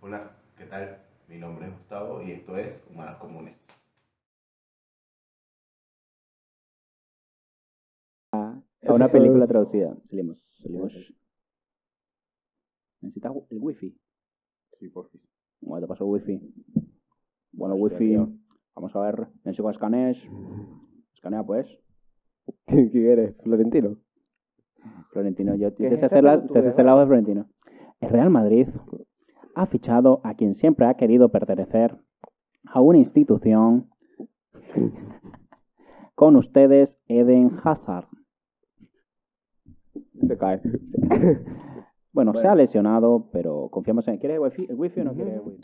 Hola, ¿qué tal? Mi nombre es Gustavo y esto es Humanos Comunes. A a Eso una fue- película traducida. Salimos, salimos. Necesitas wi- el wifi. Sí, porfis. Bueno, te paso el wifi. Bueno, Hostia, wifi. tío. Vamos a ver. Necesito que escanees. Escanea, pues. ¿Qué, qué eres? ¿Florentino? Florentino, yo te ¿Qué es sé Mm, esta hacer la- tortuga? te sé hacer la voz de Florentino. El Real Madrid ha fichado a quien siempre ha querido pertenecer a una institución. Con ustedes, Eden Hazard. Se cae. Bueno, se Bueno. ha lesionado, pero confiamos en. ¿Quiere wifi, el wifi o no quiere wifi?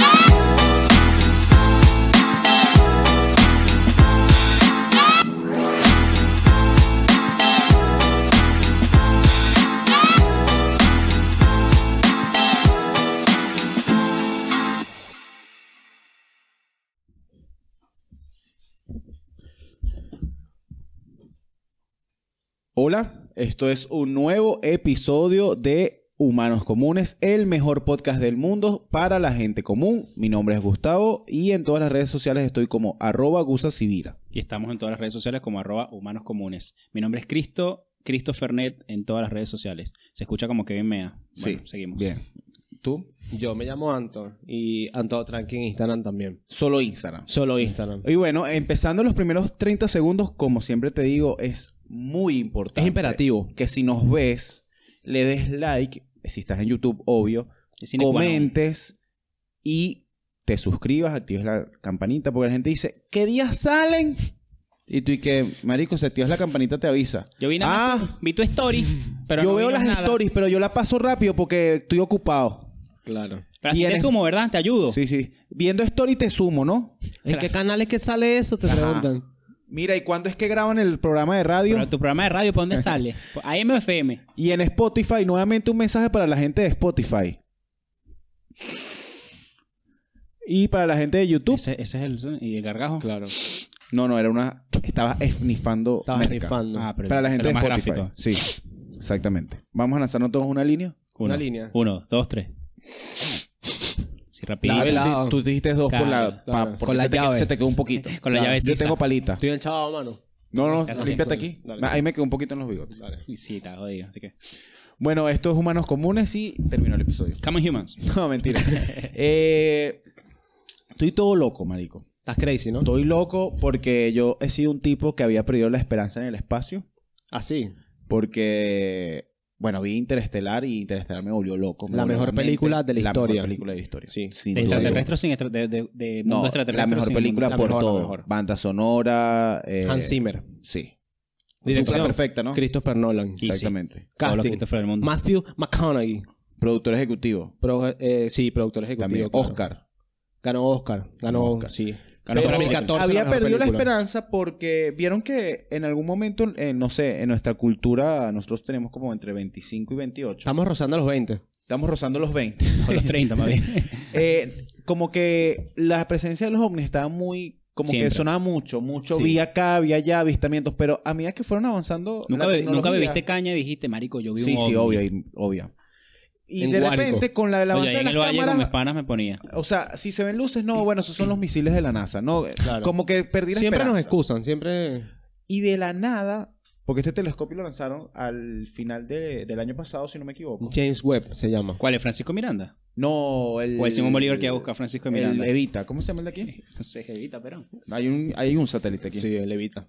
Hola, esto es un nuevo episodio de Humanos Comunes, el mejor podcast del mundo para la gente común. Mi nombre es Gustavo y en todas las redes sociales estoy como arroba gusasivira. Y estamos en todas las redes sociales como arroba humanos comunes. Mi nombre es Cristo, Cristo Fernet en todas las redes sociales. Se escucha como Kevin Mea. Sí, Bueno, seguimos. Bien. ¿Tú? Yo me llamo Anton y Anton Tranqui en Instagram también. Solo Instagram. Solo Instagram. Y bueno, empezando los primeros 30 segundos, como siempre te digo, es muy importante. Es imperativo. Que si nos ves, le des like, si estás en YouTube, obvio, Es cine cubano. comentes y te suscribas, actives la campanita, porque la gente dice, ¿qué días salen? Y tú y que, marico, si activas la campanita te avisa. Yo vi, nada más Ah. tu- vi tu story, pero yo no veo vimos las nada. stories, pero yo las paso rápido porque estoy ocupado. Claro. Pero así te Vienes- sumo, ¿verdad? Te ayudo. Sí, sí. Viendo story te sumo, ¿no? ¿En qué canal es que sale eso? Te Ajá. preguntan. Mira, ¿y cuándo es que graban el programa de radio? Pero tu programa de radio, ¿para dónde sale? Por AM o FM. Y en Spotify, nuevamente un mensaje para la gente de Spotify. Y para la gente de YouTube. Ese, ese es el, son- y el gargajo. Claro. No, no, era una. Estaba esnifando. Estabas merca. rifando. Ah, pero Para la ese gente de es lo más Spotify. gráfico. Sí, exactamente. Vamos a lanzarnos todos una línea. Uno, Una línea. Uno, dos, tres. Sí, rapidito. Ah, Lado, tú- lado. Tú dijiste dos por Claro, la. pa- claro. porque Con la se, te qued- llave. se te quedó un poquito. Con la Claro. llave Yo sisa. tengo palita. Estoy enchado, mano. No, Ya no, está límpiate bien. aquí. Dale. Ahí me quedó un poquito en los bigotes. Y Sí, está jodido. así que- Bueno, esto es Humanos Comunes y terminó el episodio. Come on, humans. No, mentira. Eh, estoy todo loco, marico. Estás crazy, ¿no? Estoy loco porque yo he sido un tipo que había perdido la esperanza en el espacio. Ah, Así. Porque, bueno, vi Interestelar y Interestelar me volvió loco. me La volvió mejor mente. película de la La historia. mejor película de la historia. Sí. Sin De duda. extraterrestre sin extra- de, de, de mundo No, extraterrestre la mejor sin película mundo- la por mejor, la todo. mejor. Banda sonora. eh, Hans Zimmer. Sí. Dirección. Dupla perfecta, ¿no? Christopher Nolan. Sí, sí. Exactamente. Todos los Casting. Christopher del mundo. Matthew McConaughey. Productor ejecutivo. Pro- eh, sí, productor ejecutivo. También. claro. Oscar. Ganó Oscar. Ganó Oscar. Sí. Ganó Pero para 2014. había mejor perdido la película. esperanza porque vieron que en algún momento, eh, no sé, en nuestra cultura nosotros tenemos como entre 25 y 28. Estamos rozando los 20. Estamos rozando los 20. O los 30 más bien. Eh, como que la presencia de los ovnis estaba muy... Como que Siempre. sonaba mucho, mucho. Sí. Vi acá, vi allá, avistamientos. Pero a medida que fueron avanzando... Nunca, la be- nunca tecnología- bebiste caña y dijiste, marico, yo vi Sí, un sí, ovni". obvio, y- obvio. Y En de Guárico. repente, con la, el No, yo avance ahí de en las el valle con mis cámaras... panas me ponía. O sea, si se ven luces, no, bueno, esos son los misiles de la NASA, ¿no? Claro. Como que perdí la Siempre nos esperanza. excusan. Siempre... Y de la nada, porque este telescopio lo lanzaron al final de- del año pasado, si no me equivoco. James Webb se llama. ¿Cuál es Francisco Miranda? No, el... O el Simón Bolívar que iba a buscar a Francisco de El Miranda. Eh. Evita, ¿cómo se llama el de aquí? Entonces, Evita, pero. Hay un, hay un satélite aquí. Sí, el Evita.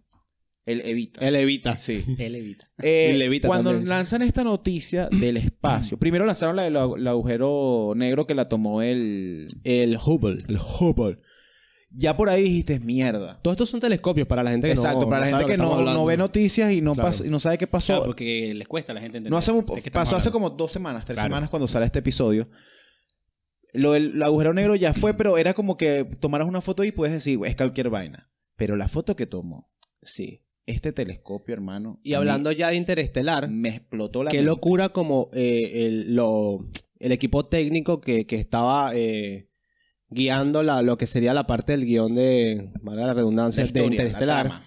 El Evita. El Evita. Sí. Él Evita. Eh, Y levita cuando también. lanzan esta noticia del espacio, primero lanzaron la del agu- el agujero negro que la tomó el, El Hubble. el Hubble. Ya por ahí dijiste mierda. Todos estos son telescopios para la gente que Exacto, no, para la sabe gente que no, lo estamos no hablando. ve noticias y no, Claro. pas- y no sabe qué pasó. Claro, porque les cuesta a la gente entender. no hace mu- de qué estamos pasó hace hablando. como dos semanas, tres Claro. semanas cuando sale este episodio. Lo del el agujero negro ya fue, pero era como que tomaras una foto y puedes decir, es cualquier vaina. Pero la foto que tomó Sí. este telescopio, hermano, Y a mí hablando ya de Interestelar, me explotó Mm, la qué mente. locura como eh, el, lo- el equipo técnico que, que estaba eh, guiando la, lo que sería la parte del guión de, valga la redundancia, La historia, de la Interestelar.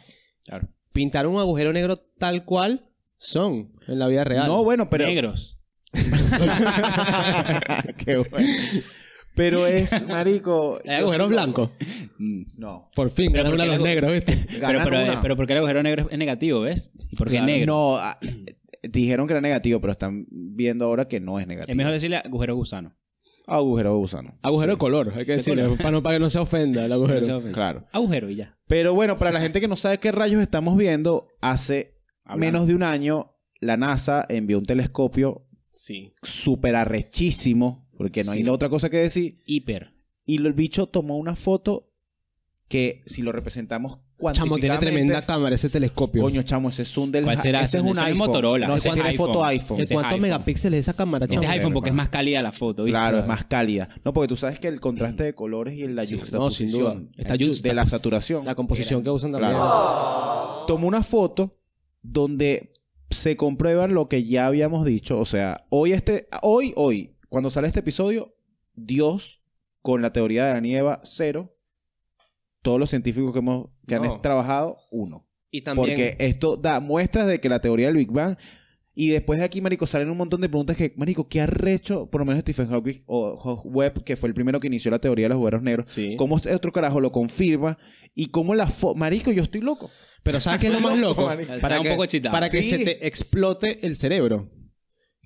trama. Pintar un agujero negro tal cual son en la vida real. No, bueno, pero. Negros. Qué bueno. Pero es, marico. Hay agujeros blancos. Mm. No. Por fin, Pero ganaron a porque los algo- negros, ¿viste? Pero, Ganaron pero, una. pero porque el agujero negro es negativo, ¿ves? ¿Y por qué Claro. negro? No, ah, dijeron que era negativo, pero están viendo ahora que no es negativo. Es mejor decirle agujero gusano. agujero de gusano. Agujero de color, hay que decirle, para, no, para que no se ofenda el agujero. No se ofenda. Claro. Agujero y ya. Pero bueno, para la gente que no sabe qué rayos estamos viendo, hace Hablando. menos de un año la NASA envió un telescopio Sí. súper arrechísimo, porque no hay Sí. otra cosa que decir, Hiper. y el bicho tomó una foto que si lo representamos Chamo, tiene cuantificadamente... tremenda cámara ese telescopio. Coño, chamo, ese Zoom del... ¿Cuál será? Ese es un Ese es iPhone. Motorola. No, ese Ese es tiene iPhone. foto iPhone. ¿De ese cuántos iPhone. megapíxeles es esa cámara, chamo? Ese es sé, iPhone porque es hermano. más cálida la foto, ¿viste? Claro, es más cálida. No, porque tú sabes que el contraste de colores y la Sí, juxtaposición no, sin duda. Esta de la juxtapos- saturación. La composición que usan también. Claro. Tomó una foto donde se comprueba lo que ya habíamos dicho. O sea, hoy, este, hoy, hoy, cuando sale este episodio, Dios, con la teoría de la nieva, cero. Todos los científicos que, hemos, que No. han trabajado, uno. Y también... Porque esto da muestras de que la teoría del Big Bang. Y después de aquí, Marico, salen un montón de preguntas que, Marico, ¿qué arrecho? Por lo menos Stephen Hawking o Hawk Webb, que fue el primero que inició la teoría de los agujeros negros. Sí. ¿Cómo este otro carajo lo confirma? Y cómo la fo- Marico, yo estoy loco. Pero ¿sabes qué es lo más loco? marico. Está un que, poco excitado. para que Sí. se te explote el cerebro.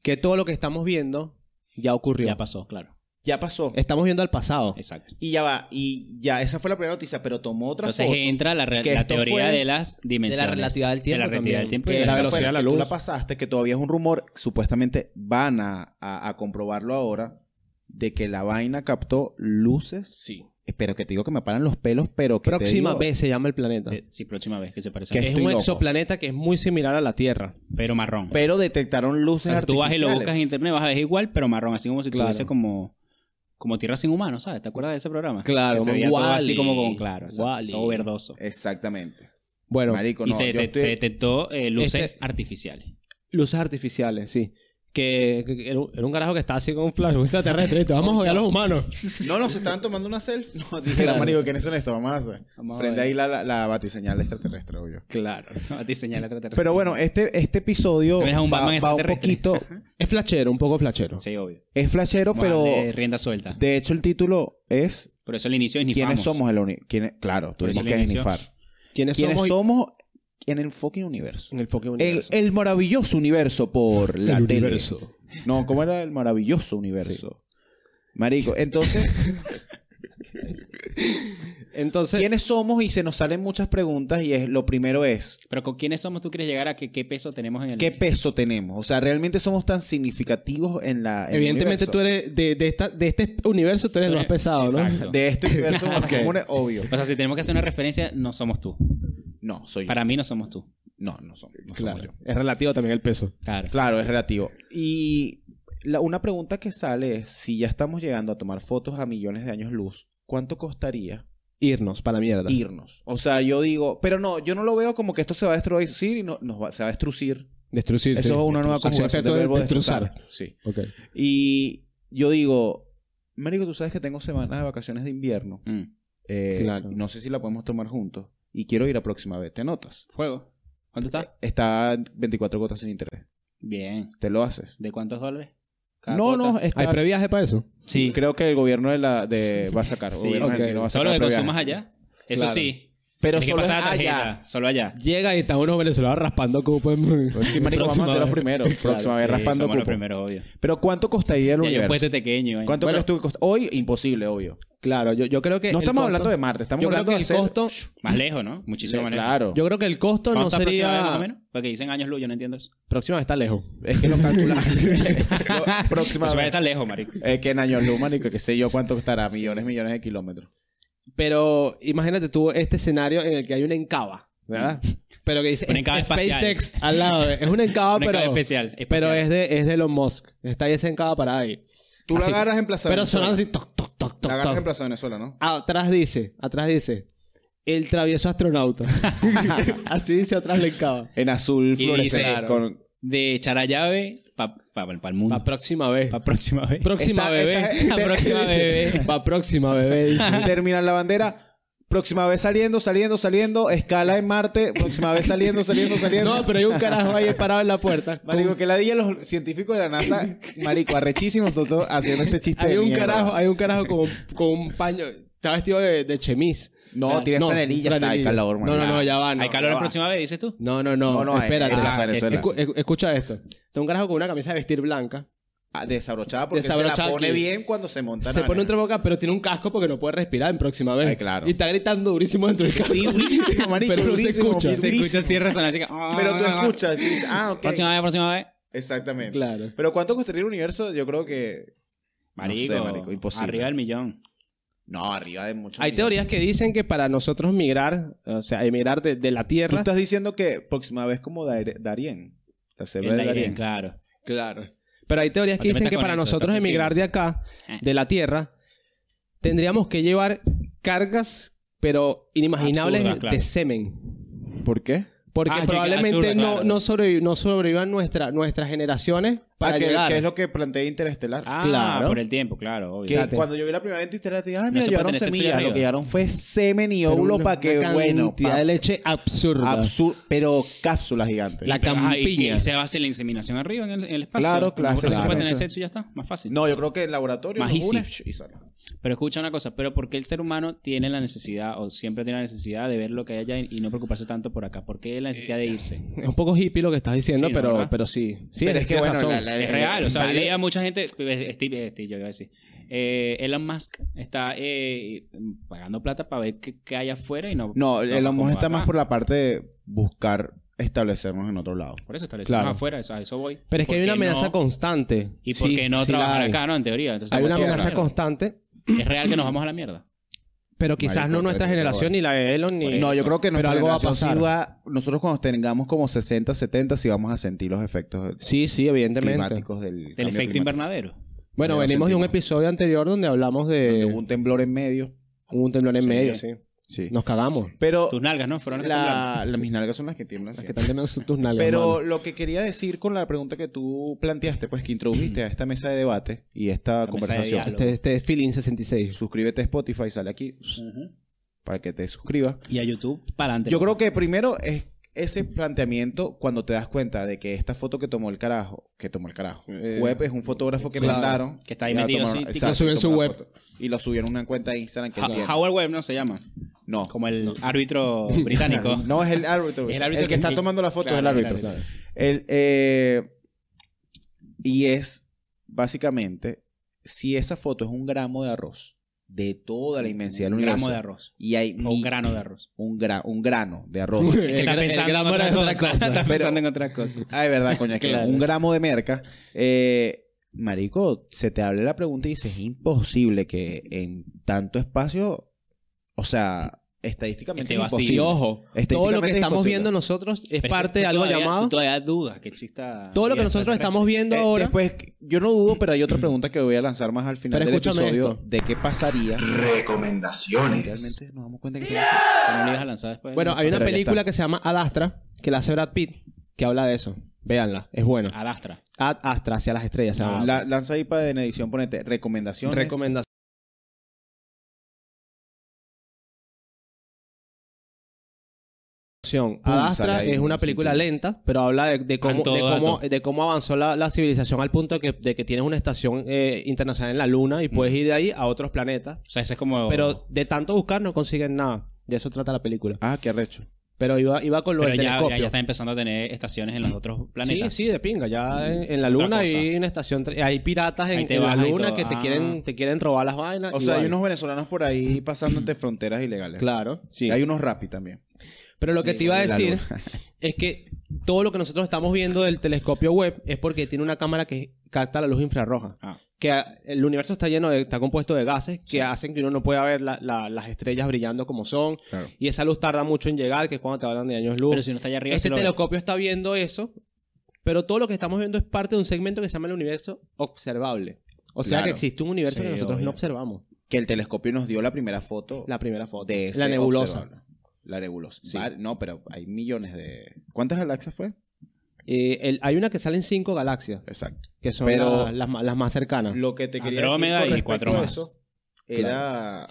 Que todo lo que estamos viendo ya ocurrió. Ya pasó, claro. Ya pasó. Estamos viendo al pasado. Exacto. Y ya va. Y ya, esa fue la primera noticia, pero tomó otra Entonces foto. entra la, re- que la esto teoría fue de las De dimensiones. la relatividad del tiempo De la relatividad del también. tiempo. Que y de esta la- la fue velocidad de la que tú luz. la pasaste, que todavía es un rumor, supuestamente van a, a- a comprobarlo ahora, de que la vaina captó luces Sí. Espero que te digo que me paran los pelos, pero que te Próxima digo B se llama el planeta. de- sí, próxima vez Eh, que se parece. Que a- es estoy un loco. exoplaneta que es muy similar a la Tierra. Pero marrón. Pero detectaron O luces sea, si tú vas y lo artificiales. buscas en internet, vas a ver igual, pero marrón. Así como si Claro. tuviese como, como tierra sin humanos, ¿sabes? ¿Te acuerdas de ese programa? Claro, Que se como veía todo así Wall-E. como con claro. o sea, Wall-E. Todo verdoso. Exactamente. Bueno, Marico, y no, se, yo se- estoy- se detectó eh, luces Este- artificiales. luces artificiales, sí. Que, que- que era un- era un carajo que estaba así con un flash un extraterrestre. Te vamos a joder a los humanos. No, no, se estaban tomando una selfie. No, dijeron, Claro. marico, ¿quiénes son estos? Vamos a hacer. Vamos a Prende ver. ahí la, la, la batiseñal extraterrestre, obvio. Claro. A ti señala extraterrestre. Pero bueno, este, este episodio También es un va, Batman va un extraterrestre. poquito... Es flashero, un poco flashero. Sí, obvio. Es flashero, Vamos a pero... darle rienda suelta. De hecho, el título es... Por eso el inicio es ni ¿Quiénes somos en la uni- quiénes- Claro, tuvimos Eso que lo inició. desnifar. ¿Quiénes, ¿Quiénes somos? somos, en el fucking universo? En el foque El, universo. el maravilloso universo por la El tele. universo. No, ¿cómo era el maravilloso universo? Marico, entonces, Entonces, ¿quiénes somos? Y se nos salen muchas preguntas y es, lo primero es, Pero con quiénes somos tú quieres llegar a que, qué peso tenemos en el... ¿qué peso tenemos? O sea, ¿realmente somos tan significativos en la... en el evidentemente universo? tú eres... De, de esta, de este universo tú eres Tú el más eres- pesado, ¿no? Exacto. De este universo común es obvio. O sea, si tenemos que hacer una referencia, no somos tú. No, soy yo. Para mí no somos tú. No, no, son, no somos yo. Claro. Es relativo también el peso. Claro. Claro, es relativo. Y la- una pregunta que sale es, si ya estamos llegando a tomar fotos a millones de años luz, ¿cuánto costaría Irnos para la mierda. irnos? O sea, yo digo, pero no, yo no lo veo como que esto se va a destruir y no, nos va- se va a destruir. Destrucir. Eso es una nueva conjugación del verbo destrozar. destrozar. Sí. Ok. Y yo digo, Marico, tú sabes que tengo semanas de vacaciones de invierno. Mm. Eh, Claro. No sé si la podemos tomar juntos. Y quiero ir a próxima vez. ¿Te notas? Juego. ¿Cuánto está? Está 24 cuotas sin interés. Bien. ¿Te lo haces? ¿De cuántos dólares? Cada No, cuota. no, eh, ¿Hay está... previaje para eso? Sí. Creo que el gobierno de la de va a sacar. Sí, el gobierno sí. argentino va a Todo lo sacar que previaje. consumas allá. Eso Claro. sí. Pero Tienes que solo es pasar la tarjeta. allá. Solo allá. Llega y está uno venezolano raspando cupo en... Pues sí, marico, vamos a ser los primeros. Próxima vez Sí, raspando somos los cupo. primeros, obvio. Pero ¿cuánto costaría el Y hay un universo? puesto pequeño. ¿eh? ¿Cuánto crees tú que costa? Hoy, imposible, obvio. Claro, yo, yo creo que... No el estamos costo- hablando de Marte, estamos Yo creo hablando que de el hacer- costo... Más lejos, ¿no? Muchísimo más lejos. Claro. Yo creo que el costo no ¿Cuánto está aproximadamente, más o sería... menos? Porque dicen años luz, yo no entiendo eso. Próxima vez está lejos. Es que lo calculaste. Lo- próxima Eso vez. está lejos, marico. Es que en años luz, marico, que sé yo cuánto costará. Millones, millones de kilómetros. Pero imagínate tú este escenario en el que hay una encaba, ¿verdad? Pero que dice Una encaba espacial. SpaceX al lado. Es una Una encaba, Ah, pero, clave especial. pero especial. es de, es de Elon Musk. Está ahí esa encaba para ahí. Tú la Así. agarras en Plaza Pero Venezuela. sonando así, toc, toc, toc, La toc, agarras en toc. Plaza Venezuela, ¿no? Atrás dice, atrás dice, el travieso astronauta. así dice atrás la encaba. En azul Y fluorescente. dice- con- de echar a llave para el mundo. La Para próxima vez. próxima vez. Próxima Esta- bebé. esta- La próxima Dice, bebé. Pa' próxima bebé. dice. Terminan la bandera. Próxima vez saliendo, saliendo, saliendo, escala en Marte, próxima vez saliendo, saliendo, saliendo. No, pero hay un carajo ahí parado en la puerta. Marico, que la día los científicos de la NASA, marico, arrechísimos nosotros haciendo este chiste Hay de un mierda. carajo, hay un carajo con, con un paño. Está vestido de, de chemis. No, tiene franelilla, está, hay calor, No, no, marico. no, ya va. no, Ah, Hay calor ya la va. próxima vez, dices tú. No, no, no. No, no, es- espérate. es la Ah, Venezuela. escu- escu- escucha esto. Está un carajo con una camisa de vestir blanca. Ah, Desabrochada porque se Desabrochada la pone aquí. bien cuando se monta. se nana. pone un boca, pero tiene un casco porque no puede respirar en próxima vez. Ay, claro. Y está gritando durísimo dentro del casco. Sí, durísimo, marico, Pero no se durísimo, escucha. Y se durísimo. escucha así resonar, así que- Pero tú escuchas, tú dices, ah, ok. Próxima vez, próxima vez. Exactamente. Claro. Pero ¿cuánto costaría el universo? Yo creo que. Marico, No sé, marico, imposible. Arriba del millón. No, arriba de mucho. Hay dinero. teorías que dicen que para nosotros migrar, o sea, emigrar de, de la Tú Tierra. estás diciendo que próxima vez como Dar- Darien. La selva El de de Darien. Irene, claro. Claro. Pero hay teorías No que te dicen metas que con para eso, nosotros estás emigrar de haciendo acá, Eh. de la Tierra, tendríamos que llevar cargas, pero inimaginables, Absurdas, claro. de semen. ¿Por qué? Porque Ah, sí, probablemente absurdas, no, claro. no, sobrevi- no sobrevivan nuestra, nuestras generaciones para Ah, que, llegar. que es lo que planteé Interestelar. Ah, Claro. por el tiempo, claro. que Obvio. cuando yo vi la primera vez Interestelar, dije, ah, No mira, se puede llevaron tener sexo semillas. allá Lo que arriba. llevaron fue semen y Pero óvulo una- para que, una bueno, cantidad pa- de leche absurda. absur- pero cápsulas gigantes. La Pero, ajá, y- campiña. Y, se hace la inseminación arriba en el, en el espacio. Claro, A lo claro, mejor Se claro. puede tener Eso. sexo y ya está. Más fácil. No, yo creo que el laboratorio Más los easy. une, sh- y sale. Pero escucha una cosa, pero ¿por qué el ser humano tiene la necesidad o siempre tiene la necesidad de ver lo que hay allá y y no preocuparse tanto por acá? ¿Por qué la necesidad Eh, de irse? Es un poco hippie lo que estás diciendo, Sí, ¿no, pero, verdad? pero sí. Sí, Pero es que, tienes bueno, razón. la- la- Es real, o sea, hoy sale- día mucha gente, Steve, Steve, yo iba a decir, Eh, Elon Musk está eh, pagando plata para ver qué, qué hay afuera y no... No, el como homo está acá. más por la parte de buscar establecernos en otro lado. Por eso establecemos Claro. afuera, eso- a eso voy. Pero es que hay una ¿Por qué amenaza no? constante. ¿Y por Sí, qué no sí la trabajar hay. acá, no? En teoría. Entonces, Hay estamos una todos amenaza mierda. constante, Es real que nos vamos a la mierda. pero quizás Marico, no nuestra pero- generación ni la de Elon ni... No, yo creo que Pero nuestra algo va a generación sí pasar. va- nosotros cuando tengamos como 60, 70, sí vamos a sentir los efectos Sí, sí, evidentemente. climáticos del, Del cambio efecto climático. invernadero. Bueno, Lo venimos de un sentimos. episodio anterior donde hablamos de Donde hubo un temblor en medio. un temblor en Sí. medio, sí. Sí. Nos cagamos. Pero Tus nalgas, ¿no? Fueron las que la, temblaron. la- mis nalgas son las que tiemblan. Las sí. que están teniendo sus- tus nalgas, Pero mano. lo que quería decir con la pregunta que tú planteaste, pues que introdujiste a esta mesa de debate y esta mesa de conversación. diálogo. Este, este es Feeling 66. Suscríbete a Spotify, sale aquí para que te suscribas. Y a YouTube, para adelante. Yo creo que primero es ese planteamiento cuando te das cuenta de que esta foto que tomó el carajo, que tomó el carajo, Eh, web es un fotógrafo que claro. mandaron. Que está ahí y la metido tomaron- así, tic, exacto, lo subió en y su tomó la web. foto. Y lo subieron en una cuenta de Instagram que él tiene. Ha- Howard Webb, ¿no? Se llama. No. Como el árbitro británico. No es el árbitro. El El, árbitro que, que- está tomando la foto Claro, es el árbitro. claro, claro. El, eh, y es básicamente si esa foto es un gramo de arroz de toda la inmensidad del Un universo. gramo de arroz. Y hay O un mi- grano de arroz. Un, gra- un grano de arroz. Es que El estás gra- el pensando en gramo otra era otra cosa. cosa. Estás Pero- pensando en otra cosa. Ah, es verdad, coño, es que Claro. un gramo de merca. Eh, marico, se te abre la pregunta y dices, es imposible que en tanto espacio, o sea, estadísticamente Este es vacío. imposible. Y ojo, todo lo Estadísticamente que es estamos imposible. viendo nosotros es Pero que parte tú de algo todavía- llamado... tú Todavía dudas que exista. Todo lo que vida nosotros estamos extraterrestre. viendo Eh, ahora... Mm. después, yo no dudo, pero hay otra pregunta que voy a lanzar más al final Pero del escúchame episodio esto. de qué pasaría. Recomendaciones. Realmente nos damos cuenta que Que no le ibas a lanzar después. Bueno, hay una Pero ya película está. que se llama Ad Astra, que la hace Brad Pitt, que habla de eso. Véanla, es buena. Adastra. Ah. Ad Astra, hacia las estrellas. se llama. La- lanza ahí para en edición, ponete recomendaciones. Recomendación. Ad Astra sale ahí es un una película sitio. lenta, pero habla de, de cómo, Tanto de, cómo, dato. de cómo avanzó la, la civilización al punto que- de que tienes una estación eh, internacional en la Luna y Mm. puedes ir de ahí a otros planetas. O sea, ese es Oh. como. Pero de tanto buscar no consiguen nada. De eso trata la película. Ah, qué arrecho. Pero iba, iba con lo Pero del ya, ya, telescopio. ya está empezando a tener estaciones en los otros planetas. Mm, Sí, sí, de pinga. Ya en, en la Otra luna hay cosa. una estación, tra- hay piratas en, Ahí te en la baja y luna todo. que te Ah. quieren, te quieren robar las vainas. O y sea, hay vainas. unos venezolanos por ahí pasando entre fronteras ilegales. Claro, sí. Hay unos rapi también. Pero lo que Sí, te iba a la decir es que todo lo que nosotros estamos viendo del telescopio web es porque tiene una cámara que capta la luz infrarroja. Ah. Que ah, el universo está lleno de, está compuesto de gases que hacen que uno no pueda ver la- la- las estrellas brillando como son. Claro. Y esa luz tarda mucho en llegar, que es cuando te hablan de años luz. Pero si no está allá arriba. Ese sí lo ve. telescopio está viendo eso, pero todo lo que estamos viendo es parte de un segmento que se llama el universo observable. O sea Claro. que existe un universo Sí, que nosotros obvio. no observamos. Que el telescopio nos dio la primera foto La primera foto. de ese la nebulosa. observable. La nebulosa. Sí. Var- No, pero hay millones de. ¿Cuántas galaxias fue? Eh, el- hay una que salen cinco galaxias, Exacto. que son Pero- la- las, ma- las más cercanas. Ah. Lo que te quería Andrómeda decir con y respecto cuatro a más. eso era.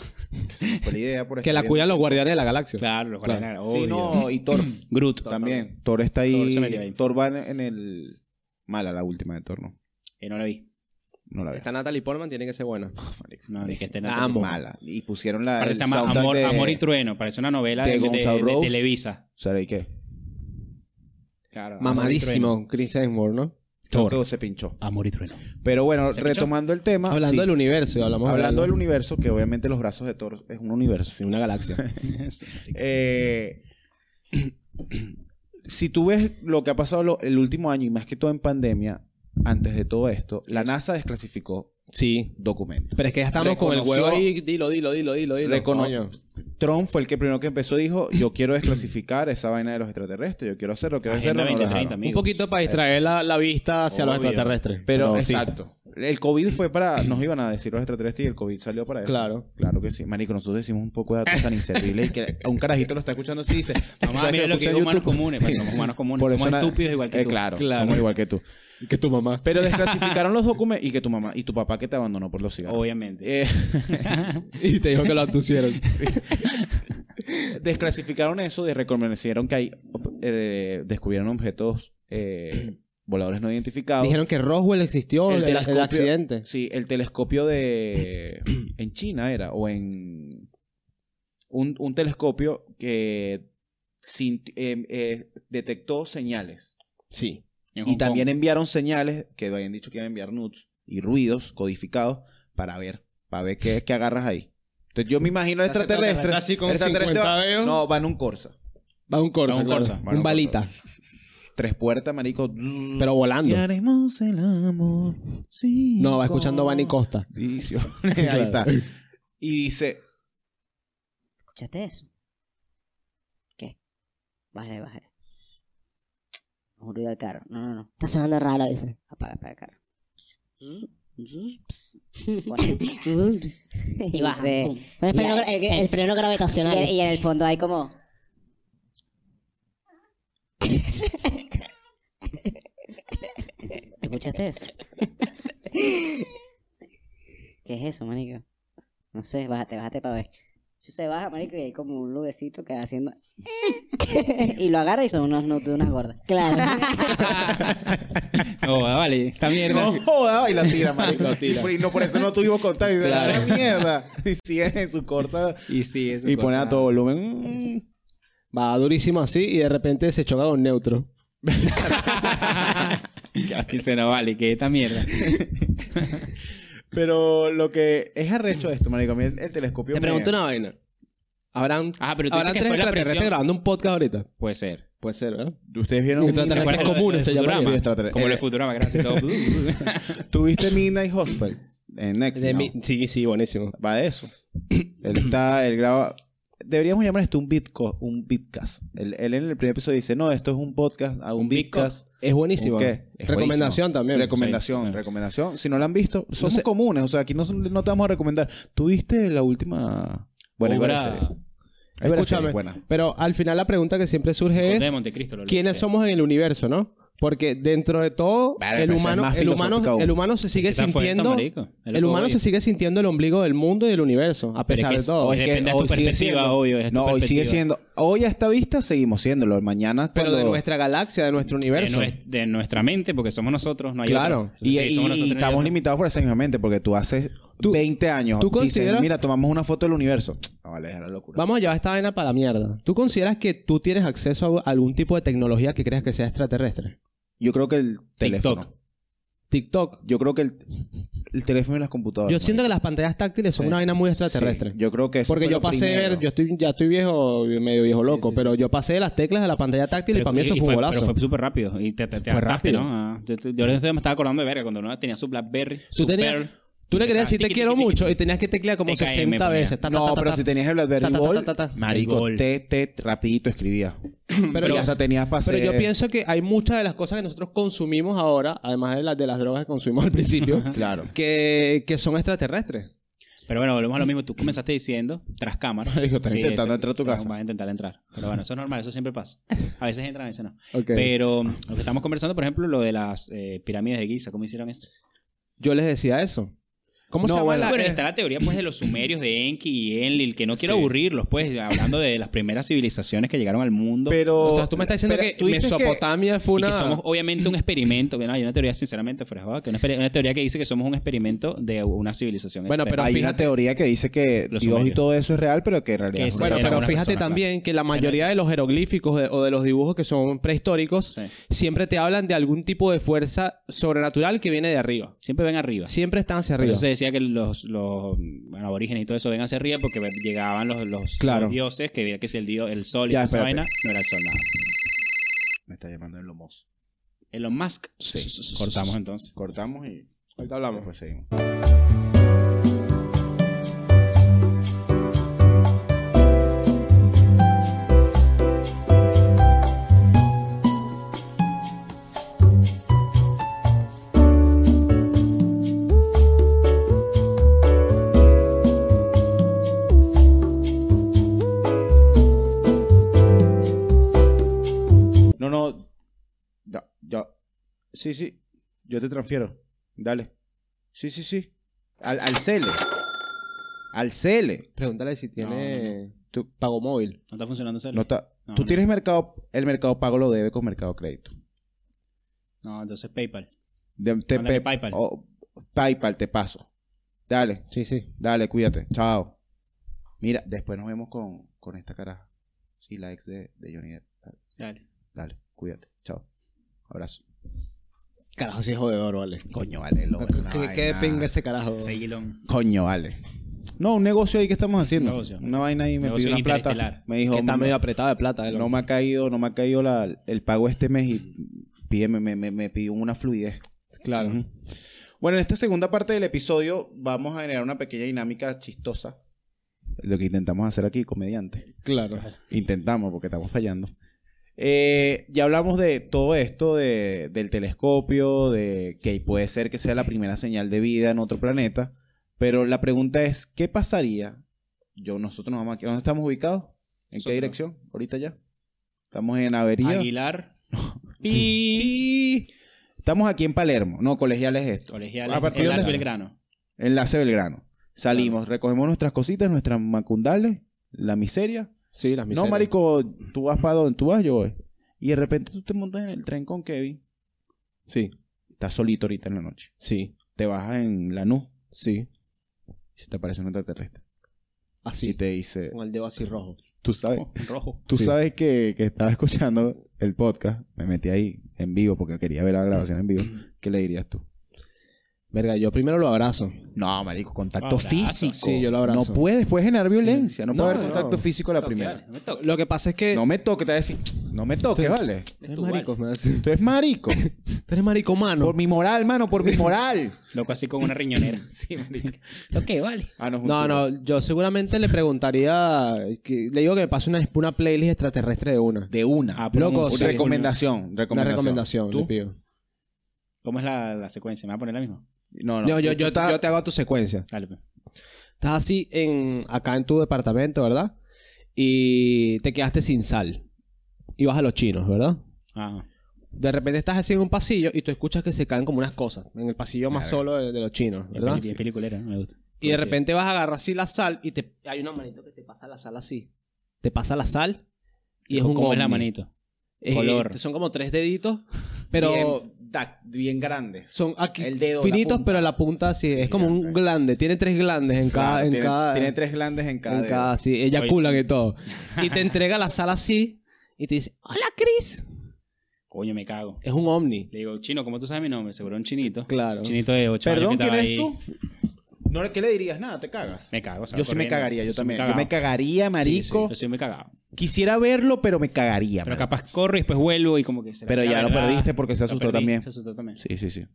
Se me fue la idea por Que la estar cuidan los guardianes de la galaxia. Claro, los Claro. Guardianes, Sí, obvio. no, y Thor Groot. también. Thor está ahí. Thor se Thor, metió ahí. va en el. Mala la última de Thor, ¿no? Eh, no la vi. No la veo. Esta Natalie Portman tiene que ser buena. No, ni Ah, que esté en la Malísima. tele. Mala. Y pusieron la. Parece el ama- soundtrack amor, de- amor y Trueno. Parece una novela de de, de- Gonzalo de Rose. Televisa. ¿Sabes qué? Claro, Amor y Trueno. Mamadísimo, Chris Hemsworth, ¿no? Thor. Thor. se pinchó. Amor y Trueno. Pero bueno, ¿Se pinchó? retomando el tema. Hablando sí. del universo, hablamos Hablando del universo, que obviamente los brazos de Thor es un universo. Sí, una galaxia. Eh, si tú ves lo que ha pasado lo- el último año y más que todo en pandemia, antes de todo esto, la NASA desclasificó sí. documentos. Pero es que ya estamos con el Reconoció- huevo ahí. Dilo, dilo, dilo, dilo, dilo. Recono- coño. Trump fue el que primero que empezó dijo, yo quiero desclasificar esa vaina de los extraterrestres, yo quiero hacerlo, quiero Agenda hacerlo. no lo 2030, dejaron. amigo. Un poquito para distraer la, la vista hacia los Obvio. extraterrestres. Pero, sí. exacto. El COVID fue para. Nos iban a decir los extraterrestres y el COVID salió para eso. Claro. Claro que sí. Marico, nosotros decimos un poco de datos tan inservibles que a un carajito lo está escuchando así y dice: Mamá, ¿sabes mira lo lo puse que en digo, humanos YouTube?" comunes. pues, somos humanos comunes. Por eso somos na- estúpidos igual que Eh, tú. Claro, somos igual que tú. Que tu mamá. Pero desclasificaron los documentos y que tu mamá y tu papá que te abandonó por los cigarros. Obviamente. Eh, Y te dijo que lo abtusieron. desclasificaron eso y reconocieron que hay eh, descubrieron objetos eh, voladores no identificados. Dijeron que Roswell existió, El el, el telescopio- accidente. Sí, el telescopio de en China era o en un, un telescopio que sinti- eh, eh, detectó señales. Sí. En Hong Y también Kong. enviaron señales que habían dicho que iban a enviar nudes y ruidos codificados para ver, para ver qué, qué agarras ahí. Entonces yo me imagino el extraterrestre. Así con el extraterrestre 50 va- dedos. no, va en un Corsa. Va un Corsa. Va un claro. Corsa, va Un balita. Tres puertas, marico. Pero volando. Y haremos el amor. Sí. No, va escuchando Van y Costa. Costa. Ahí está. Y dice, ¿Escuchaste eso? ¿Qué? Bájale, bájale. Un ruido al carro. No, no, no. Está sonando raro, dice. Apaga, apaga el carro. Ups. y baja. El freno, el, el freno Y, gravitacional. en- y en el fondo hay como... ¿Escuchaste eso? ¿Qué es eso, marico? No sé, bájate, bájate para ver. Yo se baja, marico, y hay como un lubecito que va haciendo... y lo agarra y son unos nudes de unas gordas. Claro. No, vale. Esta mierda. no joda, y la tira, marico. Lo tira. Y por- Y no, por eso no tuvimos contacto. Y dice, Claro. "Ah, mierda. Y sigue en su Corsa. Y sí, eso Y pone a todo volumen. Va durísimo así y de repente se choca con neutro. y se no vale, que esta mierda. Pero lo que es arrecho de esto, marico, a mí el, el telescopio. Te me- pregunto una vaina. Habrán, Ah, pero tú habrán dices que tres fue la extraterrestres presión. grabando un podcast ahorita. Puede ser. Puede ser, ¿verdad? Ustedes vieron. Extraterrestres Midnight- Lo- lo- comunes lo se de llamaría. Futurama. Sí, extraterrestre. Como Eh, lo de Futurama, gracias. todo. Tuviste Midnight Hospital en Netflix. De ¿no? mi- Sí, sí, buenísimo. Va de eso. él está, él graba. Deberíamos llamar esto un bitco, un bitcast. Él, él en el primer episodio dice, no, esto es un podcast, ah, un, ¿Un bitcast. Es buenísimo. ¿Un qué? Es Recomendación también. recomendación, Sí, claro. recomendación. Si no lo han visto, somos sé- comunes. O sea, aquí no, son- no te vamos a recomendar. ¿Tuviste la última? Bueno, hay varias Obra- series. Hay varias Escúchame. series buenas. Pero al final la pregunta que siempre surge Conde de es Montecristo, lo quiénes leíste. somos en el universo, ¿no? Porque dentro de todo, Vale, el pero esa es humano, más el filosófica humano, aún. el humano se sigue Esa fue esta, sintiendo, marico. Es lo el que humano voy. se sigue sintiendo el ombligo del mundo y del universo, a Pero es pesar que de todo. hoy depende de tu sigue perspectiva, obvio, es tu no, hoy sigue siendo. perspectiva. Hoy a esta vista seguimos siéndolo. Mañana Pero de cuando- nuestra galaxia, de nuestro de, universo. nues- de nuestra mente, porque somos nosotros, no hay Claro. otro. Y, Entonces, y- sí, somos y nosotros, no hay estamos otro. limitados por esa misma mente, porque tú haces Tú- 20 años. tú dices, consideras- Mira, tomamos una foto del universo. Ah, vale, era locura. Vamos a llevar esta vaina para la mierda. ¿Tú consideras que tú tienes acceso a algún tipo de tecnología que creas que sea extraterrestre? Yo creo que el teléfono. TikTok. Yo creo que el, el teléfono y las computadoras. Yo siento que las pantallas táctiles son Sí. una vaina muy marico. extraterrestre. Sí, yo creo que eso Porque fue yo lo pasé de ver, primero. yo estoy, ya estoy viejo, medio viejo loco, pero yo pasé de las teclas de la pantalla táctil y para mí eso y fue un Pero golazo. fue súper rápido. Y te, te, te Fue adaptaste, rápido. ¿no? Ah, yo, yo- yo ahorita me estaba acordando de verga cuando no tenía su Blackberry. Tú su tenías- Pearl. Tú le querías Empezaba decir te tiqui, quiero tiqui, mucho tiqui. y tenías que teclear como TKM 60 ponía. veces. ta, ta, No, ta, ta, pero ta. si tenías el BlackBerry Ta, ta, ta, Gold, ta, ta, ta. marico, El Gold. Te, te, rapidito escribía. Pero y ya- hasta tenías para Pero yo hacer- pienso que hay muchas de las cosas que nosotros consumimos ahora, además de las de las drogas que consumimos al principio, Claro. que, que son extraterrestres. Pero bueno, volvemos a lo mismo. Tú comenzaste diciendo, tras cámara. Marico, estás intentando entrar a tu casa. Vas a intentar entrar. Pero bueno, eso es normal, eso siempre pasa. A veces entran, a veces no. Ok. Pero lo que estamos conversando, por ejemplo, lo de las eh, pirámides de Giza, ¿cómo hicieron eso? Yo les decía eso. ¿Cómo se No, llama bueno, la- Bueno, eh, está la teoría pues de los sumerios de Enki y Enlil, que no quiero Sí. aburrirlos, pues, hablando de las primeras civilizaciones que llegaron al mundo. Pero. o sea, tú me estás diciendo pero que tú dices Mesopotamia fue Y una... que somos obviamente un experimento. Bueno, hay una teoría, sinceramente, fuera de joda, que una, espe- una teoría que dice que somos un experimento de una civilización. Bueno, externa. pero hay una fíjate- teoría que dice que Los Dios sumerios. y todo eso es real, pero que en realidad. Que es sí, una- Bueno, era pero buena fíjate persona, también que la Pero mayoría es- de los jeroglíficos de- o de los dibujos que son prehistóricos Sí. siempre te hablan de algún tipo de fuerza sobrenatural que viene de arriba. siempre ven arriba. Siempre están hacia Por arriba. eso se decía que los, los bueno, aborígenes y todo eso ven hacia arriba porque llegaban los, los, Claro. los dioses que veía que si el dios, el sol y Ya, toda esa espérate. vaina no era el sol nada. Me está llamando el lomoso. Elon Musk. Sí. Cortamos entonces. Cortamos y. Ahorita hablamos. Después seguimos. No, no. Da- ya. Sí, sí. Yo te transfiero. Dale. Sí, sí, sí. Al, al Cele. Al Cele. Pregúntale si No, tiene tu pago móvil. ¿No está funcionando ese? No está- No, Tú no. tienes mercado. El mercado pago lo debe con mercado crédito. No, entonces PayPal. De- te Mándale pe- PayPal. o- PayPal, te paso. Dale, Sí, sí. dale, cuídate. Chao. Mira, después nos vemos con, con esta caraja. Sí, la ex de, de Johnny Depp. Dale. Dale, cuídate. Chao. Abrazo. Carajo, sí es jodedor, vale. Coño, vale, lo Que que pinga ese carajo. Oh. Sí, Elon. Coño, vale. No, un negocio ahí que estamos haciendo. Negocio. Una vaina ahí me Negocio pidió una interestelar. plata. Me dijo, Que está "No, medio apretado de plata. eh, no loco. me ha caído, no me ha caído la- el pago este mes y pídeme, me, me- me pidió una fluidez. Claro. Ujú. Bueno, en esta segunda parte del episodio vamos a generar una pequeña dinámica chistosa. Lo que intentamos hacer aquí, comediante. Claro. Intentamos porque estamos fallando. Eh, ya hablamos de todo esto, de- del telescopio, de que puede ser que sea la primera señal de vida en otro planeta. Pero la pregunta es, ¿qué pasaría? Yo, nosotros nos vamos aquí. ¿Dónde estamos ubicados? ¿En qué Nosotros. dirección? Ahorita ya. Estamos en Avería. Aguilar. Pi. Y estamos aquí en Palermo. No, colegiales es esto. Colegiales. ¿A partir En de Las dónde? Belgrano. Enlace Belgrano. Salimos, recogemos nuestras cositas, nuestras macundales, la miseria. Sí, las miserias. No, marico, tú vas para donde tú vas, yo voy. Y de repente tú te montas en el tren con Kevin. Sí, Estás solito ahorita en la noche. sí, Te bajas en la nube sí. y se te aparece un extraterrestre. Y Así. te dice, Con el dedo así rojo. Ah, tú sabes, Rojo. tú Sí. sabes que, que estaba escuchando el podcast. Me metí ahí en vivo porque quería ver la grabación en vivo. ¿Qué le dirías tú? Verga, yo primero lo abrazo. No, marico, contacto Abrazo. físico. Sí, yo lo abrazo. No puedes, puedes generar violencia. No, No, puede haber no. contacto físico a la Toque, primera. vale, No me toques. Lo que pasa es que... No me toques, te voy a decir, no me toques, Sí. ¿vale? Es Eres tu marico, igual. me hace- Tú eres marico. Tú eres maricomano. Por mi moral, mano, por mi moral. Loco así con una riñonera. sí, marico. Lo que vale. Ah, no, es un No, tubo. no, yo seguramente le preguntaría... que- le digo que me pase una, una playlist extraterrestre de una. De una. Ah, Loco, ponemos un- sí, recomendación, recomendación. pues, Una recomendación, ¿Tú? le pido. ¿Cómo es la, la secuencia? ¿Me va a poner la misma? No, no. No, yo, Tú- tú yo, estás- yo te hago tu secuencia. Dale. pues. Estás así en, acá en tu departamento, ¿verdad? Y te quedaste sin sal. Y vas a los chinos, ¿verdad? Ah, De repente estás así en un pasillo y tú escuchas que se caen como unas cosas. En el pasillo más solo de, de los chinos, es ¿verdad? peli- es peliculera, me gusta. Y de Coincido. repente vas a agarrar así la sal y te, hay una manito que te pasa la sal así. Te pasa la sal y es un ¿Cómo es la ovni. manito? Eh, Color. son como tres deditos, pero Bien, da- bien grande. son aquí El dedo, la finitos, punta. pero la punta así. Sí, es como un ok. glande. Tiene tres glandes en cada... Claro, en tiene, cada tiene tres glandes en cada. en dedo. cada, sí, eyaculan y todo. Y te entrega la sala así y te dice, hola Chris. Coño, me cago. Es un ovni. Le digo, chino, ¿cómo tú sabes mi nombre? Seguro un chinito. Claro. Chinito de 8 años. Perdón, que ¿quién estaba eres ahí. tú? No, le- ¿Qué le dirías? Nada, te cagas. Me cago. salgo yo sí me corriendo. cagaría, yo soy muy también. Yo me cagado. cagaría, marico. Yo soy muy cagado. Quisiera verlo, pero me cagaría. Pero marico. capaz corro y después vuelvo y como que se Pero ya lo verdad. perdiste porque se Lo asustó perdí, también. Se asustó también. Sí, sí, sí.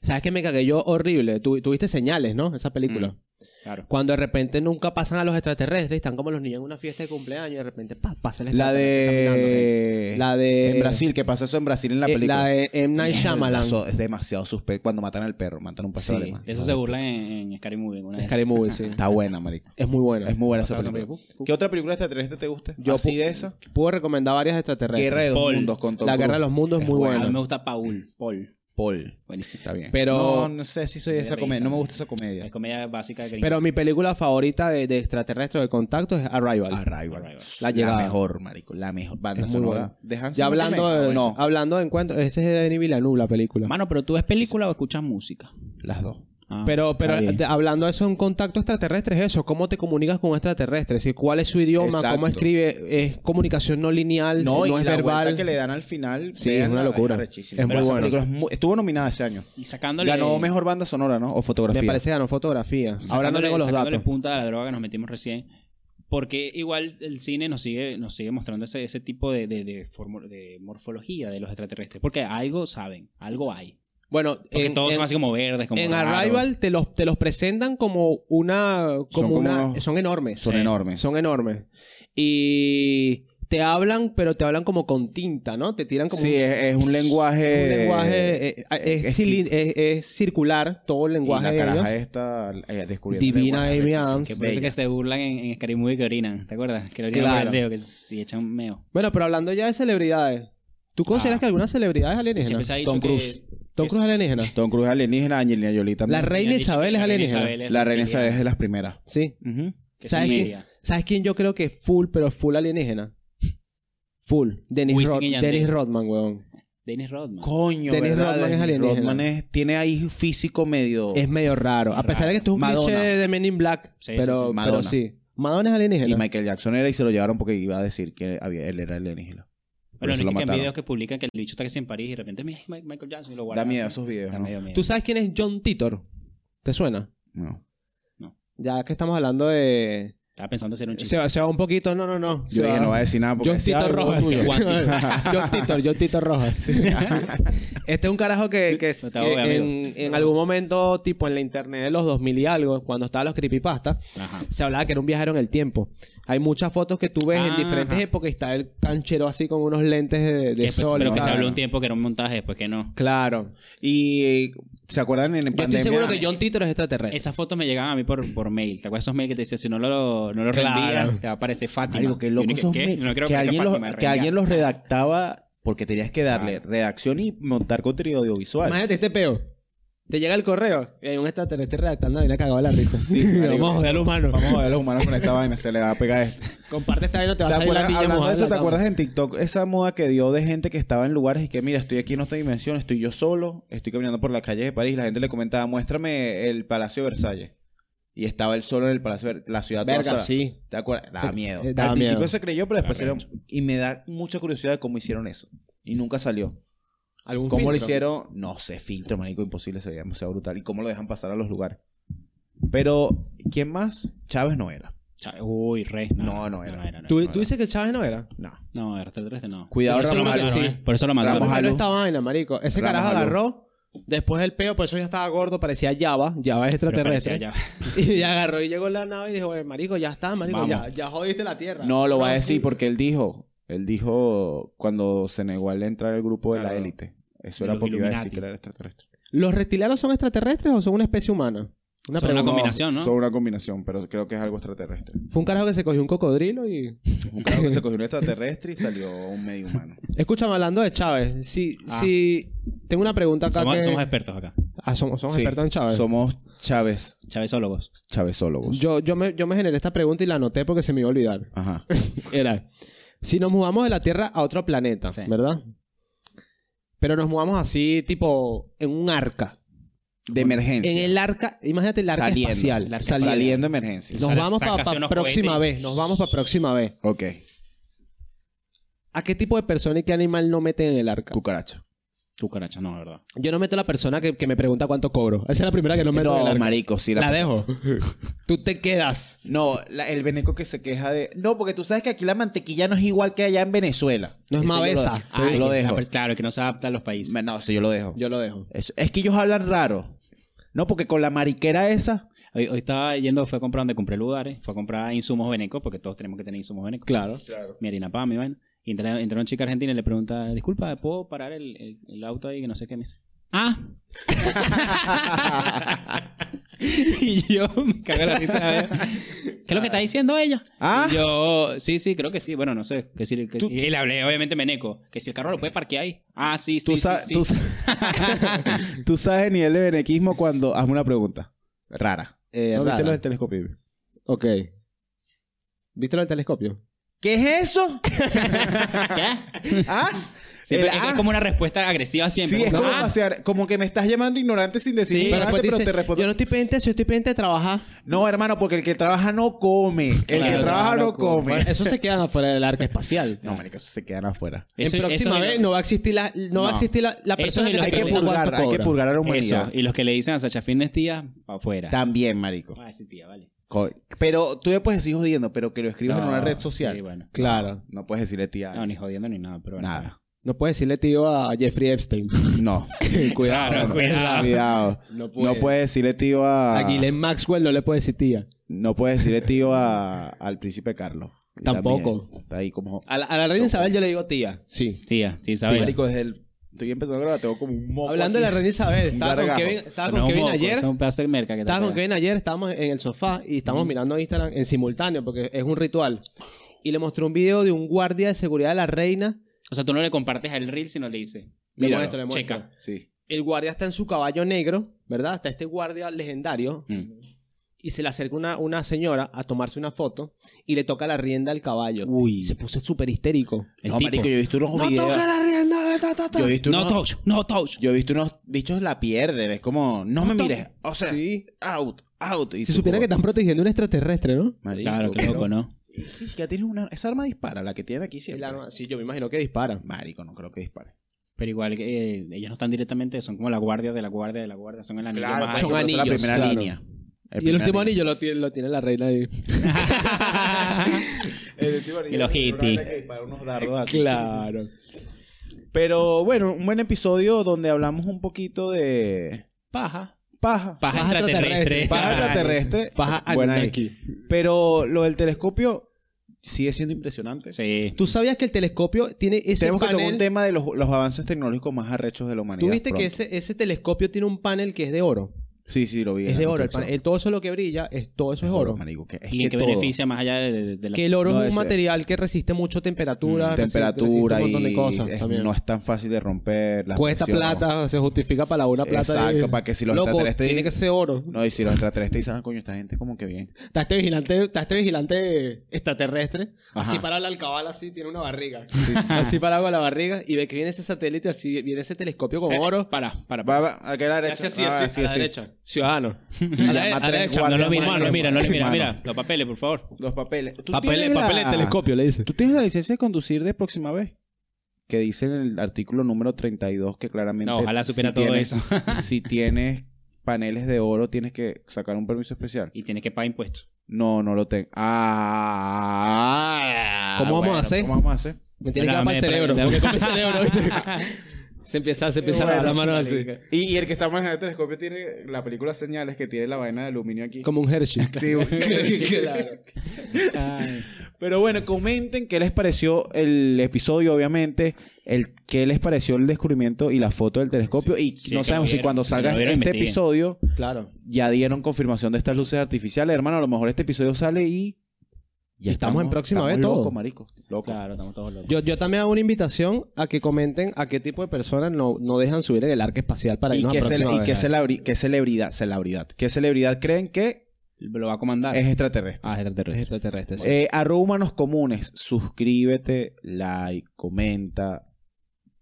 ¿Sabes que me cagué yo horrible? Tu- tuviste señales, ¿no? Esa película. Mm. Claro. Cuando de repente nunca pasan a los extraterrestres, están como los niños en una fiesta de cumpleaños y de repente pa, pasa el La extraterrestre caminando, de. sí. La de... En Brasil, que pasó eso en Brasil en la Eh, película. la de M. Night Mierda, Shyamalan. eso es demasiado suspe Cuando matan al perro, matan a un pastor Sí, alemán. De eso se burlan en, en Scary Movie. Una vez. Scary Movie, sí. Está buena, marico. Es muy buena. Es muy buena esa Pasado película. siempre. ¿Qué otra película extraterrestre te gusta? Yo Así pu- de esa. Puedo recomendar varias extraterrestres. Guerra de los Paul. Mundos con Tom la Cruise. Guerra de los Mundos es Es muy A buena. mí me gusta Paul. Paul. Paul. Buenísimo. Está bien. Pero- No, no sé si soy de Me esa da comedia. risa, No me man. gusta esa comedia. Es comedia básica gringa. Pero mi película favorita de, de extraterrestre o de contacto es Arrival. Arrival. Arrival. La llegada. mejor, marico. La mejor. Banda Es muy sonora. buena. de Hans Ya Zimmer hablando también. de, No, hablando de encuentros, este es de Denis Villeneuve la película. Mano, pero tú ves película o escuchas música. las dos. Ah, Pero, pero está bien. te- hablando de eso, un contacto extraterrestre es eso. ¿Cómo te comunicas con un extraterrestre? Es decir, ¿Cuál es su idioma? Exacto. ¿Cómo escribe? ¿Es comunicación no lineal? No, ¿No, y es la verbal? vuelta que le dan al final. Sí, es véanla, una locura. arrechísima. Es Pero muy esa buena. película es muy- estuvo nominada ese año. Y sacándole... Ganó mejor banda sonora, ¿no? O fotografía. Me parece que no fotografía. Ahora no sacándole- tengo los sacándole datos. punta a la droga que nos metimos recién. Porque igual el cine nos sigue, nos sigue mostrando ese, ese tipo de, de- de formo- de morfología de los extraterrestres. Porque algo saben, algo hay. Bueno, Porque en, todos en- son así como verdes, como en raros. Arrival te los, te los presentan como una... Como Son como una unos- son enormes. Son Sí. enormes. Son enormes. Y te hablan, pero te hablan como con tinta, ¿no? Te tiran como sí, un- es, es un lenguaje. un lenguaje eh, eh, es, es- cili- es- es circular todo el Y lenguaje la de ellos. caraja esta eh, descubriendo. Divina lenguaje, Amy arrechísimo, Adams. qué Que por eso bella. que se burlan en, en Scary Movie que orinan, ¿te acuerdas? Que orinan Claro. por el dedo, que si echan meo. Bueno, pero hablando ya de celebridades, ¿tú consideras Ah. que algunas celebridades Siempre alienígenas? se ha dicho Tom que- Cruise. Tom Cruise es alienígena. Tom Cruise alienígena, Angelina Jolie también. La reina han dicho Isabel que es la reina alienígena. Isabel es La reina Isabel es alienígena, de las primeras. Sí. Ujú. que es ¿Sabes qué? media. ¿Sabes quién yo creo que es full, pero full alienígena? Full. Dennis, Wisin Rod- y Yandel. Dennis Rodman, weón. Dennis Rodman. Coño, Dennis ¿verdad? Rodman es Dennis alienígena. Rodman es- tiene ahí físico medio. Es medio raro. A pesar de que esto es un Madonna. cliché de Men in Black. Oh. Sí, sí, pero, sí. pero Madonna. sí. Madonna es y alienígena. Michael Jackson era y se lo llevaron porque iba a decir que había- él era alienígena. Por Pero eso lo lo único que en mataron. videos que publican que el bicho está que sí en París y de repente, mira, es Ma- Michael Jackson y lo guardan. Da miedo así. esos videos. Da ¿no? medio miedo. ¿Tú sabes quién es John Titor? ¿Te suena? No. Ya que estamos hablando de... Estaba pensando hacer un chiste. Se va, se va un poquito. No, no, no. Se Yo dije, va- no va a decir nada porque John decía, Tito "Ah, el huevo Rojas. tuyo". John Tito, John Tito Rojas. Este es un carajo que, que- No te ahogues, que en, en algún momento, tipo en la internet de los 2000 y algo, cuando estaban los creepypastas, Ajá. se hablaba que era un viajero en el tiempo. Hay muchas fotos que tú ves en Ah, diferentes ajá. épocas y está el canchero así con unos lentes de, Que de después- sol. pero que se claro. habló un tiempo que era un montaje, después que no. Claro. Y eh, se acuerdan en Yo pandemia? estoy seguro que John Titor es Pues. extraterrestre. Esas fotos me llegaban a mí por, por mail. ¿Te acuerdas esos mails que te decían si no lo, no lo Claro. reenvías, te va a aparecer Fátima? Marico, qué Y loco uno, esos ¿qué? me- No creo que, alguien los, Fátima, que reenviar. alguien los redactaba porque tenías que darle redacción y montar contenido audiovisual. Imagínate este peo. Te llega el correo y hay un extraterrestre redactando y le cagaba la risa. Sí, marico. Vamos a joder al humano. Vamos a ver los humanos con esta vaina, se le va a pegar esto. Comparte esta vaina, ¿Te te vas a salir la acuerdas, niña hablando mojada de en eso, la ¿te cama. acuerdas en TikTok esa moda que dio de gente que estaba en lugares y que, mira, estoy aquí en esta dimensión, estoy yo solo, estoy caminando por las calles de París, la gente le comentaba, muéstrame el Palacio de Versalles. Y estaba él solo en el Palacio de Ver- la ciudad toda Verga, sola. sí. ¿Te acuerdas? Daba miedo. Eh, daba Al principio miedo. se creyó, pero después era... Y me da mucha curiosidad de cómo hicieron eso. Y nunca salió. ¿Algún ¿Cómo lo filtro? hicieron? No sé, filtro, manico, imposible, se veía demasiado brutal. ¿Y cómo lo dejan pasar a los lugares? Pero, ¿quién más? Chávez no era. Cha- Uy, re. No, no era. No, era, no, ¿Tú, era. tú dices que Chávez no era? No. No, era extraterrestre, no. Cuidado, por eso lo Ramón, mataron, sí. ¿eh? Por eso lo Ramón, mataron. ojalá. Pero esta vaina, marico. Ese Ramos carajo Jalú. agarró. Después del peo, por eso ya estaba gordo, parecía Java, Java es Pero parecía extraterrestre. ya. Y ya agarró y llegó la nave y dijo, "Eh, marico, ya está, marico, Vamos. ya, ya jodiste la tierra. No, lo va a decir porque él dijo. Él dijo cuando se negó a él entrar al grupo de la Claro. élite. Eso De era los porque iba a Illuminati. decir que era extraterrestre. ¿Los reptilianos son extraterrestres o son una especie humana? Una Son una pregunta. combinación, ¿no? Son una combinación, pero creo que es algo extraterrestre. Fue un carajo que se cogió un cocodrilo y. Un carajo que se cogió un extraterrestre y salió un medio humano. Escúchame, hablando de Chávez, si, Ah. si tengo una pregunta acá Somos, que. somos expertos acá. Ah, somos, somos Sí, expertos en Chávez. Somos Chávez, Chavezólogos. chavezólogos. Yo, yo, me, yo me generé esta pregunta y la anoté porque se me iba a olvidar. Ajá. era, si nos mudamos de la Tierra a otro planeta, Sí. ¿verdad? Pero nos mudamos así, tipo, en un arca. De emergencia. En el arca, imagínate el arca Saliendo. espacial. El arca Saliendo, saliendo. saliendo de emergencia. Nos Sale- vamos para sacas unos próxima cohetes. vez, nos vamos para próxima vez. Ok. ¿A qué tipo de persona y qué animal no meten en el arca? Cucaracha. Cucarachas, no, verdad. Yo no meto a la persona que, que me pregunta cuánto cobro. Esa es la primera que no meto en el No, arca. marico, sí. la, La... dejo. Tú te quedas. No, la- el veneco que se queja de... No, porque tú sabes que aquí la mantequilla no es igual que allá en Venezuela. No Ese yo es lo- Mavesa. Yo sí, lo ah, dejo. pero Claro, que no se adapta a los países. Me- No, sí, yo lo dejo. Yo lo dejo. Es, es que ellos hablan raro. No, porque con la mariquera esa. Hoy, hoy estaba yendo, fue a comprar donde compré lugares, fue a comprar insumos venecos, porque todos tenemos que tener insumos venecos. Claro. Mi harina pan, mi vaina. Y entra, entra una chica argentina y le pregunta, disculpa, ¿puedo parar el, el- el auto ahí? Que no sé qué me dice. Ah, y yo me cago en la risa. a ver, ¿Qué es lo que está diciendo ella? Ah. Y yo, sí, sí, creo que sí. Bueno, no sé. Que si, que- Tú- y le hablé, obviamente, Meneco. Que si el carro lo puede parquear ahí. Ah, sí, sí, tú, sí, sa- sí. tú sa- tú sabes el nivel de benequismo cuando hazme una pregunta rara. Eh, ¿No viste rara. lo del telescopio? Ok. ¿Viste lo del telescopio? ¿Qué es eso? ¿Qué? ¿Ah? Siempre- El- es, ah. como una respuesta agresiva siempre. Sí, es ¿no? como, Ah, pasear- como que me estás llamando ignorante sin decir Sí, ignorante, pero, después pues dice, te respondo. Yo no estoy pendiente de eso, yo estoy pendiente de trabajar. No, hermano, porque el que trabaja no come. El que Claro, trabaja no come. Bueno, eso se quedan afuera del arca espacial. No, marica, eso se quedan afuera. eso- en eso próxima es de vez lo- no va a existir la, no, va a No. existir la, la Eso persona es que de te lo Hay que pregunta pregunta purgar, cuánto hay que cobra. purgar a la Eso. humanidad. Y los que le dicen a Sacha Fitness tía, para afuera. También, marico. Ah, sí, tía, vale. Co- Pero tú le puedes seguir jodiendo, pero que lo escribas en una red social. Sí, bueno. Claro. No puedes decirle tía. No, ni jodiendo ni nada, pero bueno. nada. No puedes decirle tío a Jeffrey Epstein. No. Cuidado. Claro, no. cuidado. Cuidado. No puedes. No puedes decirle tío a. A Ghislaine Maxwell no le puedes decir tía. No puedes decirle tío a, al príncipe Carlos. Tampoco. También. Está ahí como. A la, a la reina Isabel yo le digo tía. Sí. Tía, sí, Tío, sabes. marico, desde el. Estoy empezando a grabar, tengo como un moco. Hablando de aquí. la reina Isabel, Un estaba con gargajo. Kevin, estaba Eso con no es Kevin moco, ayer. eso es un pedazo de merca que te Estábamos con pega. Kevin ayer, estábamos en el sofá y estábamos mirando Instagram en simultáneo porque es un ritual. Y le mostré un video de un guardia de seguridad de la reina. O sea, tú no le compartes el reel, sino le dices. Le Míralo, muestro, le muestro. checa. Sí. El guardia está en su caballo negro, ¿verdad? Está este guardia legendario Mm. y se le acerca una, una señora a tomarse una foto y le toca la rienda al caballo. Uy. Se puso súper histérico. no, marico, yo he visto unos videos. la rienda! ta, ta, ta. Yo he visto No unos. touch, no touch. Yo he visto unos bichos la pierden. Es como, no me to- mires. O sea, Sí. out, out. Y Si tú supiera que como, están protegiendo un extraterrestre, ¿no? marico, Claro, qué pero- loco, ¿no? Ni siquiera tiene una. Esa arma dispara, la que tiene aquí siempre. El arma- sí, yo me imagino que dispara. Marico, no creo que dispare. Pero igual, que eh, ellos no están directamente, son como la guardia de la guardia de la guardia, son el anillo más son alto. marico, pero esa es anillos, La primera claro. línea. y el primer último anillo lo tiene, lo tiene la reina ahí. El último anillo. Y los es una hippies. vaina que dispara unos dardos así. Claro. Pero bueno, un buen episodio donde hablamos un poquito de Paja. paja. Paja Paja extraterrestre. extraterrestre. Paja extraterrestre. Paja Buena ahí. Anunnaki. Pero lo del telescopio sigue siendo impresionante. Sí. ¿Tú sabías que el telescopio tiene ese Tenemos que panel? tocar un tema de los, los avances tecnológicos más arrechos de la humanidad. ¿Tú viste pronto. que ese, ese telescopio tiene un panel que es de oro? Sí, sí, lo vi. en es la de oro. El, construcción. panel- el- todo eso lo que brilla, es, todo eso es oro. marico. Que, es ¿Y en que qué todo. beneficia más allá de, de- de la... que el oro No, es un ese- material que resiste mucho temperatura. Mm, resiste- temperatura resiste un y montón de cosas es- también. no es tan fácil de romper. las Cuesta presiones. plata, se justifica para la una plata. Exacto, y- para que si los Loco, extraterrestres- tiene que ser oro. No, y si los extraterrestres dicen, "Ah, coño, esta gente como que bien. Está este vigilante, está este vigilante extraterrestre. Ajá. Así para el alcabal, así tiene una barriga. Así para con la barriga y ve que viene ese satélite, así viene ese telescopio Eh, con oro. Para, para, Va, va, a que la derecha. Así, así, Ah, así, a la derecha. Ciudadano. A la, Llama a la tres derecha. No guardias lo mira, no marico. lo mira, no lo mira. Mano, Mira, los papeles, por favor. Los papeles. Ah. ¿Tú Papeles, tienes la- papeles, telescopio, le dice. ¿Tú tienes la licencia de conducir de próxima vez? Que dice en el artículo número 32 que claramente... No, ojalá si supiera todo tienes- eso. si tienes paneles de oro, tienes que sacar un permiso especial. Y tienes que pagar impuestos. No, no lo tengo. Ah, ¿Cómo vamos a hacer? ¿Cómo vamos a hacer? Me tiene que No, dar para el me- cerebro. me- Porque come cerebro, ¿viste? Se empieza, se empieza a Bueno, dar la mano así. Y, y el que está manejando el telescopio tiene la película Señales que tiene la vaina de aluminio aquí. Como un Hershey. Sí, güey. Pero bueno, comenten qué les pareció el episodio, obviamente, el qué les pareció el descubrimiento y la foto del telescopio. y sí, no que sabemos lo si vieron, cuando que salga lo vieron, este investiguen. episodio Claro. ya dieron confirmación de estas luces artificiales. Hermano, a lo mejor este episodio sale y... Y estamos en próxima estamos vez locos, todo. marico. Loco. Claro, estamos todos locos. Yo, yo también hago una invitación a que comenten a qué tipo de personas no, no dejan subir en el arca espacial para ¿Y, irnos a qué, cele- próxima y vez. qué celebri- qué celebridad, celebridad, qué celebridad creen que Lo va a comandar. es extraterrestre? Ah, es Es extraterrestre. extraterrestre. sí. Eh, arroba humanos comunes, suscríbete, like, comenta.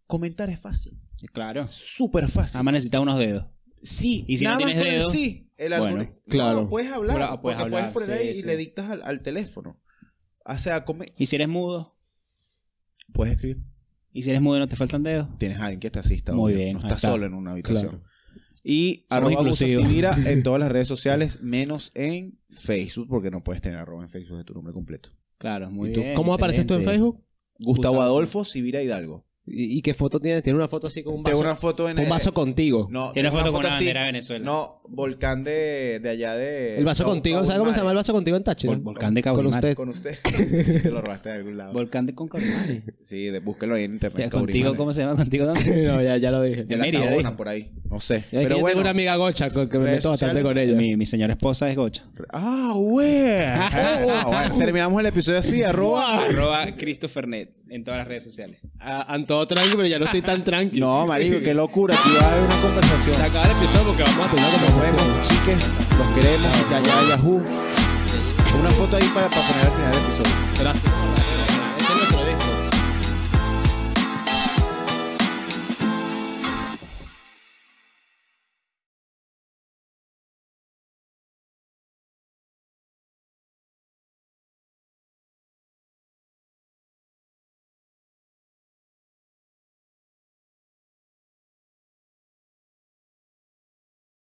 Comentar es fácil, Eh, Claro. súper fácil. Nada más necesitas unos dedos. Sí, Y si no nada más tienes con el dedo, sí, el bueno, algoritmo. No, claro. puedes hablar, Pero porque puedes puedes, hablar, poner sí, ahí y sí. le dictas al, al teléfono. O sea, come- Y si eres mudo, puedes escribir. y si eres mudo y no te faltan dedos. Tienes a alguien que te asista. Muy obvio. bien, No ahí estás está. solo en una habitación. Claro. Y Somos arroba Abusa inclusivos. Sibira en todas las redes sociales, menos en Facebook, porque no puedes tener arroba en Facebook de tu nombre completo. Claro, muy ¿Y tú? bien. ¿Cómo apareces tú en excelente. Facebook? Gustavo Gustavo Adolfo Sibira Hidalgo. ¿Y, y qué foto tienes? Tiene una foto así con un Tengo vaso, una foto en un vaso contigo. No, Tiene tengo una foto con una así. bandera de Venezuela. No, Volcán de, de allá de. El vaso Cau- contigo, ¿sabes cómo se llama el vaso contigo en Táchira? Vol- volcán de Con Caurimare. usted. Con usted. Sí, Te lo robaste de algún lado. Volcán de Concaurimare. Sí, de- búsquelo ahí en internet. Contigo, Caurimare. ¿cómo se llama? Contigo, ¿dónde? no, ya, ya lo dije. De En la Mérida, Tabona, dijo. por ahí. No sé. Pero Pero bueno. tengo una amiga gocha con- que me redes meto bastante con sociales. ella. Mi, mi señora esposa es Gocha. Ah, güey. Ah, bueno, Terminamos el episodio así. Arroba. Arroba Cristofernet en todas las redes sociales. A- Antodo tranqui, pero ya no estoy tan tranqui. No, marico, qué locura. Aquí va a haber una conversación. Se acaba el episodio porque vamos a tener una Nos conversación. vemos, chiques. Los queremos. De allá de Yahoo. Una foto ahí para, para poner al final del episodio. Gracias.